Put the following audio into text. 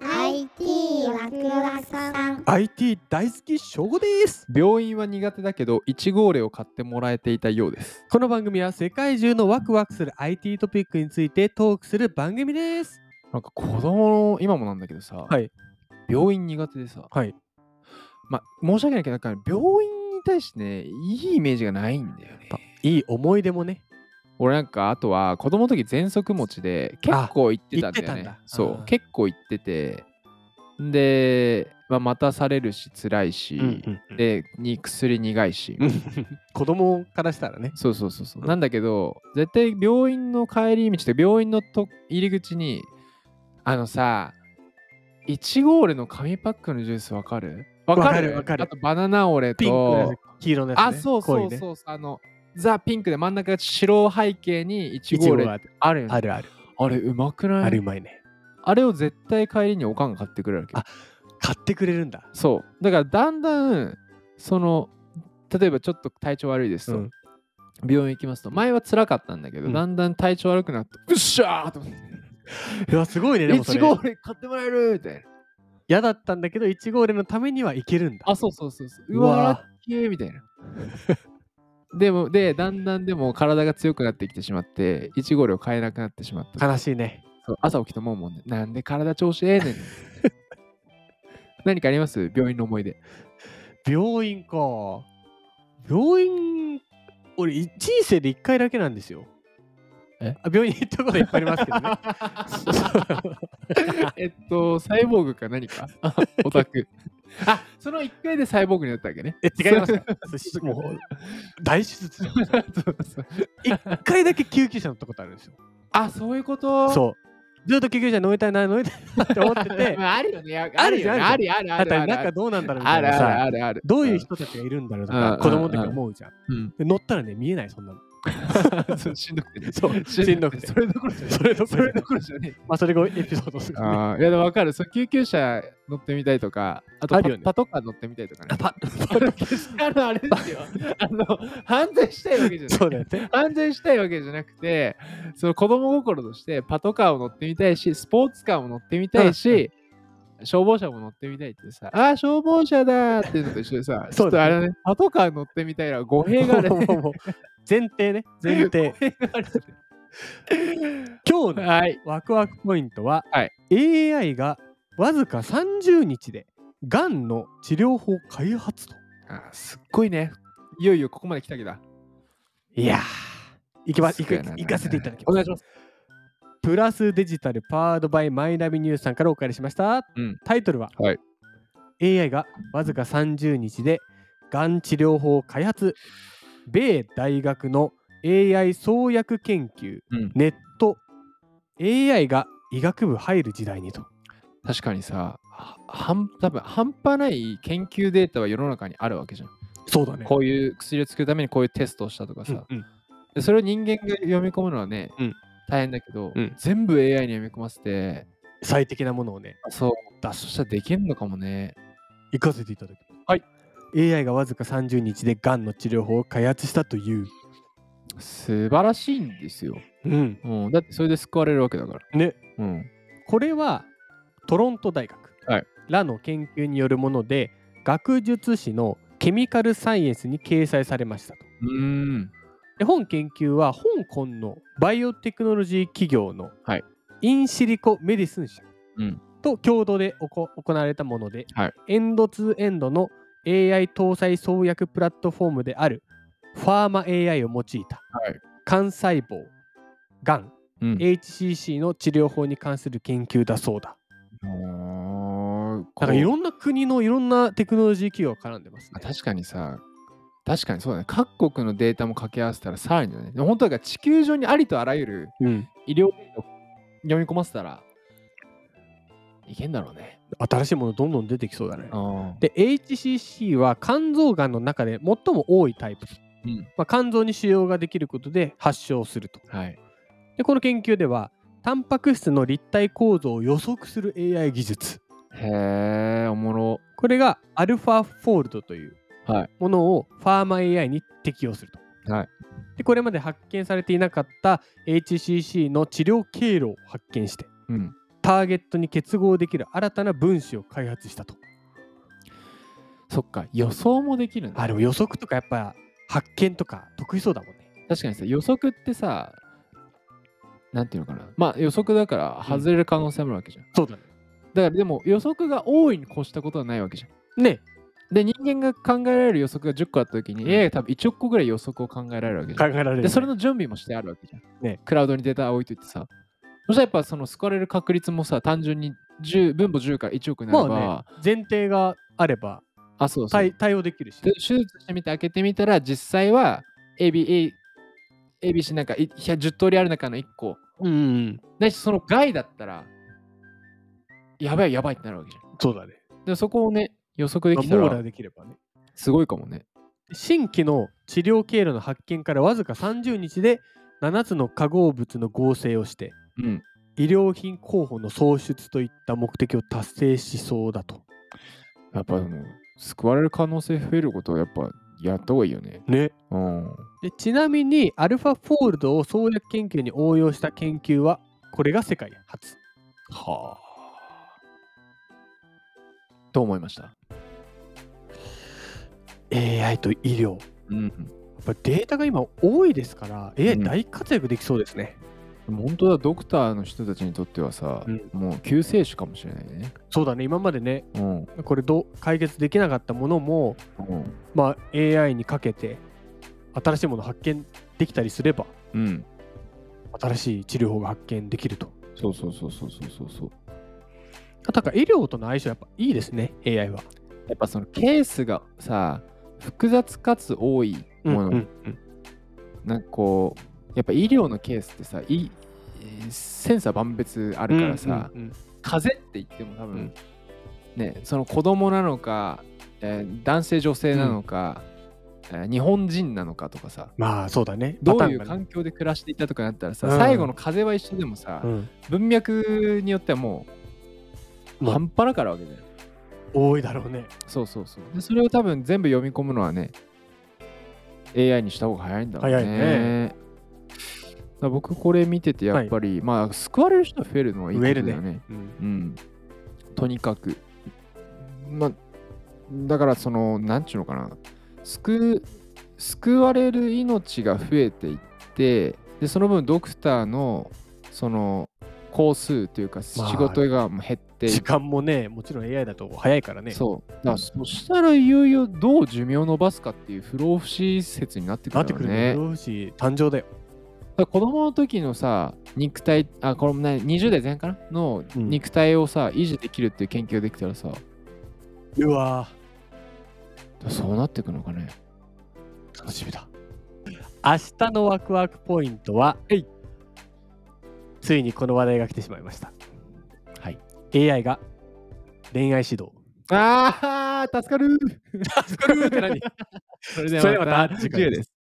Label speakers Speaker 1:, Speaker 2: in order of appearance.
Speaker 1: IT ワクワクさん
Speaker 2: IT 大好き翔吾です
Speaker 3: 病院は苦手だけど1号令を買ってもらえていたようです
Speaker 2: この番組は世界中のワクワクする IT トピックについてトークする番組です
Speaker 3: なんか子供の今もなんだけどさ、
Speaker 2: はい
Speaker 3: 病院苦手でさ、
Speaker 2: はい
Speaker 3: まあ、申し訳ないけどなんか病院に対してねいいイメージがないんだよね
Speaker 2: いい思い出もね
Speaker 3: 俺なんかあとは子供の時喘息持ちで結構行ってたんだよ
Speaker 2: 行ってたん
Speaker 3: ね
Speaker 2: だ
Speaker 3: そ
Speaker 2: あー
Speaker 3: う結構行っててで、まあ、待たされるし辛いし、
Speaker 2: で
Speaker 3: でに薬苦いし、
Speaker 2: 子供からしたらね
Speaker 3: そうそうそうそう。なんだけど、絶対病院の帰り道とか病院のと入り口に、あのさ、イチゴーレの紙パックのジュースわかるわ
Speaker 2: かるわかる
Speaker 3: あとバナナオレ
Speaker 2: ピンクのや
Speaker 3: と
Speaker 2: つ、黄色のやつ、ね、
Speaker 3: あ、そうそうそう
Speaker 2: う
Speaker 3: そう、あの、ザ・ピンクで真ん中が白背景にイチ
Speaker 2: いち
Speaker 3: ゴ
Speaker 2: ご
Speaker 3: ーレ
Speaker 2: が
Speaker 3: あるよね
Speaker 2: あるある
Speaker 3: あれうまくない
Speaker 2: あれうまいね
Speaker 3: あれを絶対帰りにおかんが買ってくれるわけ。
Speaker 2: あ買ってくれるんだ
Speaker 3: そう。だからだんだん、その、例えばちょっと体調悪いですと、
Speaker 2: うん
Speaker 3: 病院行きますと前は辛かったんだけど、
Speaker 2: うん
Speaker 3: だんだん体調悪くなってうっしゃーと思って
Speaker 2: いやすごいねでも
Speaker 3: い
Speaker 2: そ
Speaker 3: ち
Speaker 2: れ
Speaker 3: ご俺買ってもらえるみたいな
Speaker 2: 嫌だったんだけどいちご俺のためにはいけるんだ
Speaker 3: あそうそうそうそう
Speaker 2: う
Speaker 3: う
Speaker 2: わー
Speaker 3: わラッキーみたいな でもでだんだんでも体が強くなってきてしまっていちごを買えなくなってしまった
Speaker 2: 悲しいね
Speaker 3: そう朝起きてもうもんねなんで体調子ええねん 何かあります病院の思い 出
Speaker 2: 病院か病院俺い人生で1回だけなんですよ
Speaker 3: え
Speaker 2: あ病院行ったこといっぱいありますけどね
Speaker 3: えっとサイボーグか何かオタクあその1回でサイボーグになったわけね
Speaker 2: え違い ますかもう大手術1回だけ救急車乗ったことあるんですよ
Speaker 3: あ、そういうこと
Speaker 2: そうずっと救急車乗りたいな乗りたいなって思ってて
Speaker 3: まあ、あるよね。や
Speaker 2: あ
Speaker 3: あ
Speaker 2: る
Speaker 3: る
Speaker 2: じゃ
Speaker 3: よ
Speaker 2: ん
Speaker 3: ね。あるある
Speaker 2: あ
Speaker 3: あ
Speaker 2: んた
Speaker 3: るある
Speaker 2: なん
Speaker 3: あ
Speaker 2: か
Speaker 3: る
Speaker 2: どうなんだろうみた
Speaker 3: あ
Speaker 2: い
Speaker 3: る
Speaker 2: なさ
Speaker 3: あるある。
Speaker 2: どういう人たちがいるんだろうと
Speaker 3: うんうん
Speaker 2: か
Speaker 3: うん
Speaker 2: 子供の時思うじゃん
Speaker 3: うん
Speaker 2: で乗ったらね見えないそんなの
Speaker 3: そうしんどくてね。
Speaker 2: そう しんどくて
Speaker 3: それどころじゃない。
Speaker 2: それどころじゃない
Speaker 3: それどころじゃね
Speaker 2: まあそれがエピソードですからね
Speaker 3: ああ、いや、でもわかる。そう救急車乗ってみたいとか、あと
Speaker 2: あ
Speaker 3: パ
Speaker 2: るよね
Speaker 3: パトカー乗ってみたいとかね。
Speaker 2: パ
Speaker 3: こ れ決してあの、あれですよ。 あの、犯罪したいわけじゃない。
Speaker 2: そうだよね
Speaker 3: 安全したいわけじゃなくてその子供心としてパトカーを乗ってみたいしスポーツカーも乗ってみたいし、消防車も乗ってみたいってさあー消防車だーっていうのと一緒でさ
Speaker 2: そう
Speaker 3: ちょっと
Speaker 2: だ
Speaker 3: あ
Speaker 2: ね
Speaker 3: れねパトカー乗ってみたいな語弊がある、ね、
Speaker 2: もうもうもう前提ね 前提 今日の
Speaker 3: はい
Speaker 2: ワクワクポイントは、
Speaker 3: はい
Speaker 2: AI がわずか30日でがんの治療法開発と
Speaker 3: あーすっごいねいよいよここまで来たけど
Speaker 2: いやーいきま
Speaker 3: そ
Speaker 2: いうく
Speaker 3: やな
Speaker 2: 行かせていただきます
Speaker 3: お願いします
Speaker 2: プラスデジタルパワードバイマイナビニュースさんからお借りしました、
Speaker 3: うん
Speaker 2: タイトルは、
Speaker 3: はい
Speaker 2: AI がわずか30日でがん治療法開発米大学の AI 創薬研究、
Speaker 3: うん
Speaker 2: ネット AI が医学部入る時代にと
Speaker 3: 確かにさは半多分半端ない研究データは世の中にあるわけじゃん、
Speaker 2: そうだね
Speaker 3: こういう薬を作るためにこういうテストをしたとかさ、
Speaker 2: うんうん
Speaker 3: でそれを人間が読み込むのはね、
Speaker 2: うん
Speaker 3: 大変だけど、
Speaker 2: うん
Speaker 3: 全部 AI に読み込ませて、
Speaker 2: 最適なものをね
Speaker 3: そう、だそしたらできんのかもね。
Speaker 2: 行かせていただきます
Speaker 3: はい
Speaker 2: AI がわずか30日でがんの治療法を開発したという、
Speaker 3: 素晴らしいんですよ。
Speaker 2: うん、
Speaker 3: うん、だってそれで救われるわけだから。
Speaker 2: ね
Speaker 3: うん。
Speaker 2: これはトロント大学
Speaker 3: はい
Speaker 2: らの研究によるもので、学術誌のケミカルサイエンスに掲載されましたと。
Speaker 3: うーん。
Speaker 2: で本研究は香港のバイオテクノロジー企業の
Speaker 3: はい
Speaker 2: インシリコメディスン社
Speaker 3: うん
Speaker 2: と共同でおこ行われたもので、
Speaker 3: はい
Speaker 2: エンドツーエンドの AI 搭載創薬プラットフォームであるファーマ AI を用いた
Speaker 3: はい。
Speaker 2: 肝細胞がん
Speaker 3: うん、
Speaker 2: HCC の治療法に関する研究だそうだ。
Speaker 3: もうこ
Speaker 2: な
Speaker 3: う
Speaker 2: か
Speaker 3: ん
Speaker 2: いろんな国のいろんなテクノロジー企業が絡んでます、
Speaker 3: あ
Speaker 2: ね。
Speaker 3: 確かにさ、確かにそうだね。各国のデータも掛け合わせたらさらにだね。でも本当だから地球上にありとあらゆる
Speaker 2: うん、
Speaker 3: 医療データを読み込ませたらいけんだろうね。
Speaker 2: 新しいものどんどん出てきそうだね。
Speaker 3: あ
Speaker 2: で HCC は肝臓がんの中で最も多いタイプと、
Speaker 3: うん
Speaker 2: まあ、肝臓に腫瘍ができることで発症すると
Speaker 3: はい。
Speaker 2: でこの研究ではタンパク質の立体構造を予測する AI 技術
Speaker 3: へえ、おもろ。
Speaker 2: これがアルファフォールドという
Speaker 3: はい
Speaker 2: ものをファーマ AI に適用すると、
Speaker 3: はい
Speaker 2: でこれまで発見されていなかった HCC の治療経路を発見して
Speaker 3: うん。
Speaker 2: ターゲットに結合できる新たな分子を開発したと。
Speaker 3: そっか、予想もできるんだ。
Speaker 2: あ、でも予測とかやっぱ発見とか得意そうだもんね。
Speaker 3: 確かにさ、予測ってさ、なんていうのかな。まあ予測だから外れる可能性もあるわけじゃん。
Speaker 2: そうだね。
Speaker 3: だからでも予測が大いに越したことはないわけじゃん。
Speaker 2: ね
Speaker 3: で、人間が考えられる予測が10個あったとき
Speaker 2: うん
Speaker 3: に、AI が多分1億個ぐらい予測を考えられるわけじゃ
Speaker 2: 考
Speaker 3: ん。
Speaker 2: えられる、ね。
Speaker 3: で、それの準備もしてあるわけじゃん。
Speaker 2: ね
Speaker 3: クラウドにデータ置いといてさ。そしたらやっぱその救われる確率もさ、単純に10分母10から1億になれば、
Speaker 2: まあね、前提があれば
Speaker 3: あ、そうそう。
Speaker 2: 対対応できるし、
Speaker 3: で手術してみて開けてみたら実際は AB ABC なんかい100 10通りある中の1個
Speaker 2: うんうん、
Speaker 3: ないしその害だったらやばいやばいってなるわけじゃ
Speaker 2: そうだね。
Speaker 3: んでそこをね予測で
Speaker 2: ま
Speaker 3: き
Speaker 2: あ
Speaker 3: た
Speaker 2: 網羅
Speaker 3: ら
Speaker 2: できればね。
Speaker 3: すごいかもね
Speaker 2: 新規の治療経路の発見からわずか30日で7つの化合物の合成をして
Speaker 3: うん
Speaker 2: 医療品候補の創出といった目的を達成しそうだと。
Speaker 3: やっぱでも救われる可能性増えることをやっぱやった方がいいよね
Speaker 2: ね。
Speaker 3: うん
Speaker 2: でちなみにアルファフォールドを創薬研究に応用した研究はこれが世界初。
Speaker 3: はあと思いました
Speaker 2: AI と医療。や
Speaker 3: うん
Speaker 2: っぱりデータが今多いですから
Speaker 3: う
Speaker 2: AI
Speaker 3: ん
Speaker 2: 大活躍できそうですね。
Speaker 3: 本当だドクターの人たちにとってはさ、
Speaker 2: うん
Speaker 3: もう救世主かもしれないね
Speaker 2: そうだね今までね
Speaker 3: うん
Speaker 2: これどう解決できなかったものも、
Speaker 3: うん
Speaker 2: まあ、AI にかけて新しいものを発見できたりすれば
Speaker 3: うん
Speaker 2: 新しい治療法が発見できると。
Speaker 3: そうそうそうそうそうそうそう。
Speaker 2: あとなんか医療との相性やっぱいいですね AI は。
Speaker 3: やっぱそのケースがさ、複雑かつ多いもの、
Speaker 2: うん
Speaker 3: なんかこう、やっぱ医療のケースってさ、いセンサー万別あ
Speaker 2: う
Speaker 3: る
Speaker 2: ん
Speaker 3: からさ、
Speaker 2: うんうんうん
Speaker 3: 風邪って言っても多分、
Speaker 2: うん
Speaker 3: ね、その子供なのか、えー男性女性なのか、えー日本人なのかとかさ、
Speaker 2: まあそうだね。
Speaker 3: どういう
Speaker 2: パターンがね
Speaker 3: 環境で暮らしていたとかなったらさ、
Speaker 2: うん
Speaker 3: 最後の風邪は一緒でもさ、
Speaker 2: うん
Speaker 3: 文脈によってはもう、
Speaker 2: まあ
Speaker 3: 半端なからわけだよ。
Speaker 2: 多いだろうね。
Speaker 3: そうそうそう。で、それを多分全部読み込むのはね、AI にした方が早いんだろうね。
Speaker 2: 早いね
Speaker 3: だから僕これ見ててやっぱり、まあ救われる人増えるのはいいこと
Speaker 2: 増
Speaker 3: だ
Speaker 2: え
Speaker 3: よ
Speaker 2: るね
Speaker 3: ね。
Speaker 2: うん
Speaker 3: うん。とにかく。まあ、だからその、なんちゅうのかな。救う救われる命が増えていって、で、その分ドクターの、その、工数というか仕
Speaker 2: まあ
Speaker 3: 事がもう減っていく
Speaker 2: 時間もね、もちろん AI だと早いからね。
Speaker 3: そう。だからそしたらいよいよどう寿命を伸ばすかっていう不老不死説になってく
Speaker 2: な
Speaker 3: る
Speaker 2: って
Speaker 3: よ
Speaker 2: くる
Speaker 3: ね。
Speaker 2: ね。
Speaker 3: だか
Speaker 2: よし、誕生だよ。
Speaker 3: ら子供の時のさ、肉体、あ、これもね、20代前半かなの
Speaker 2: うん
Speaker 3: 肉体をさ、維持できるっていう研究ができたらさ、
Speaker 2: うわ
Speaker 3: そうなってくのかね。
Speaker 2: ー、楽しみだ。明日のワクワクポイントは、ついにこの話題が来てしまいました。
Speaker 3: はい。
Speaker 2: AI が恋愛指導。
Speaker 3: ああ、助かる
Speaker 2: 助かるって何
Speaker 3: それ
Speaker 2: それではまた次
Speaker 3: 次
Speaker 2: 回
Speaker 3: 回
Speaker 2: で
Speaker 3: ですす。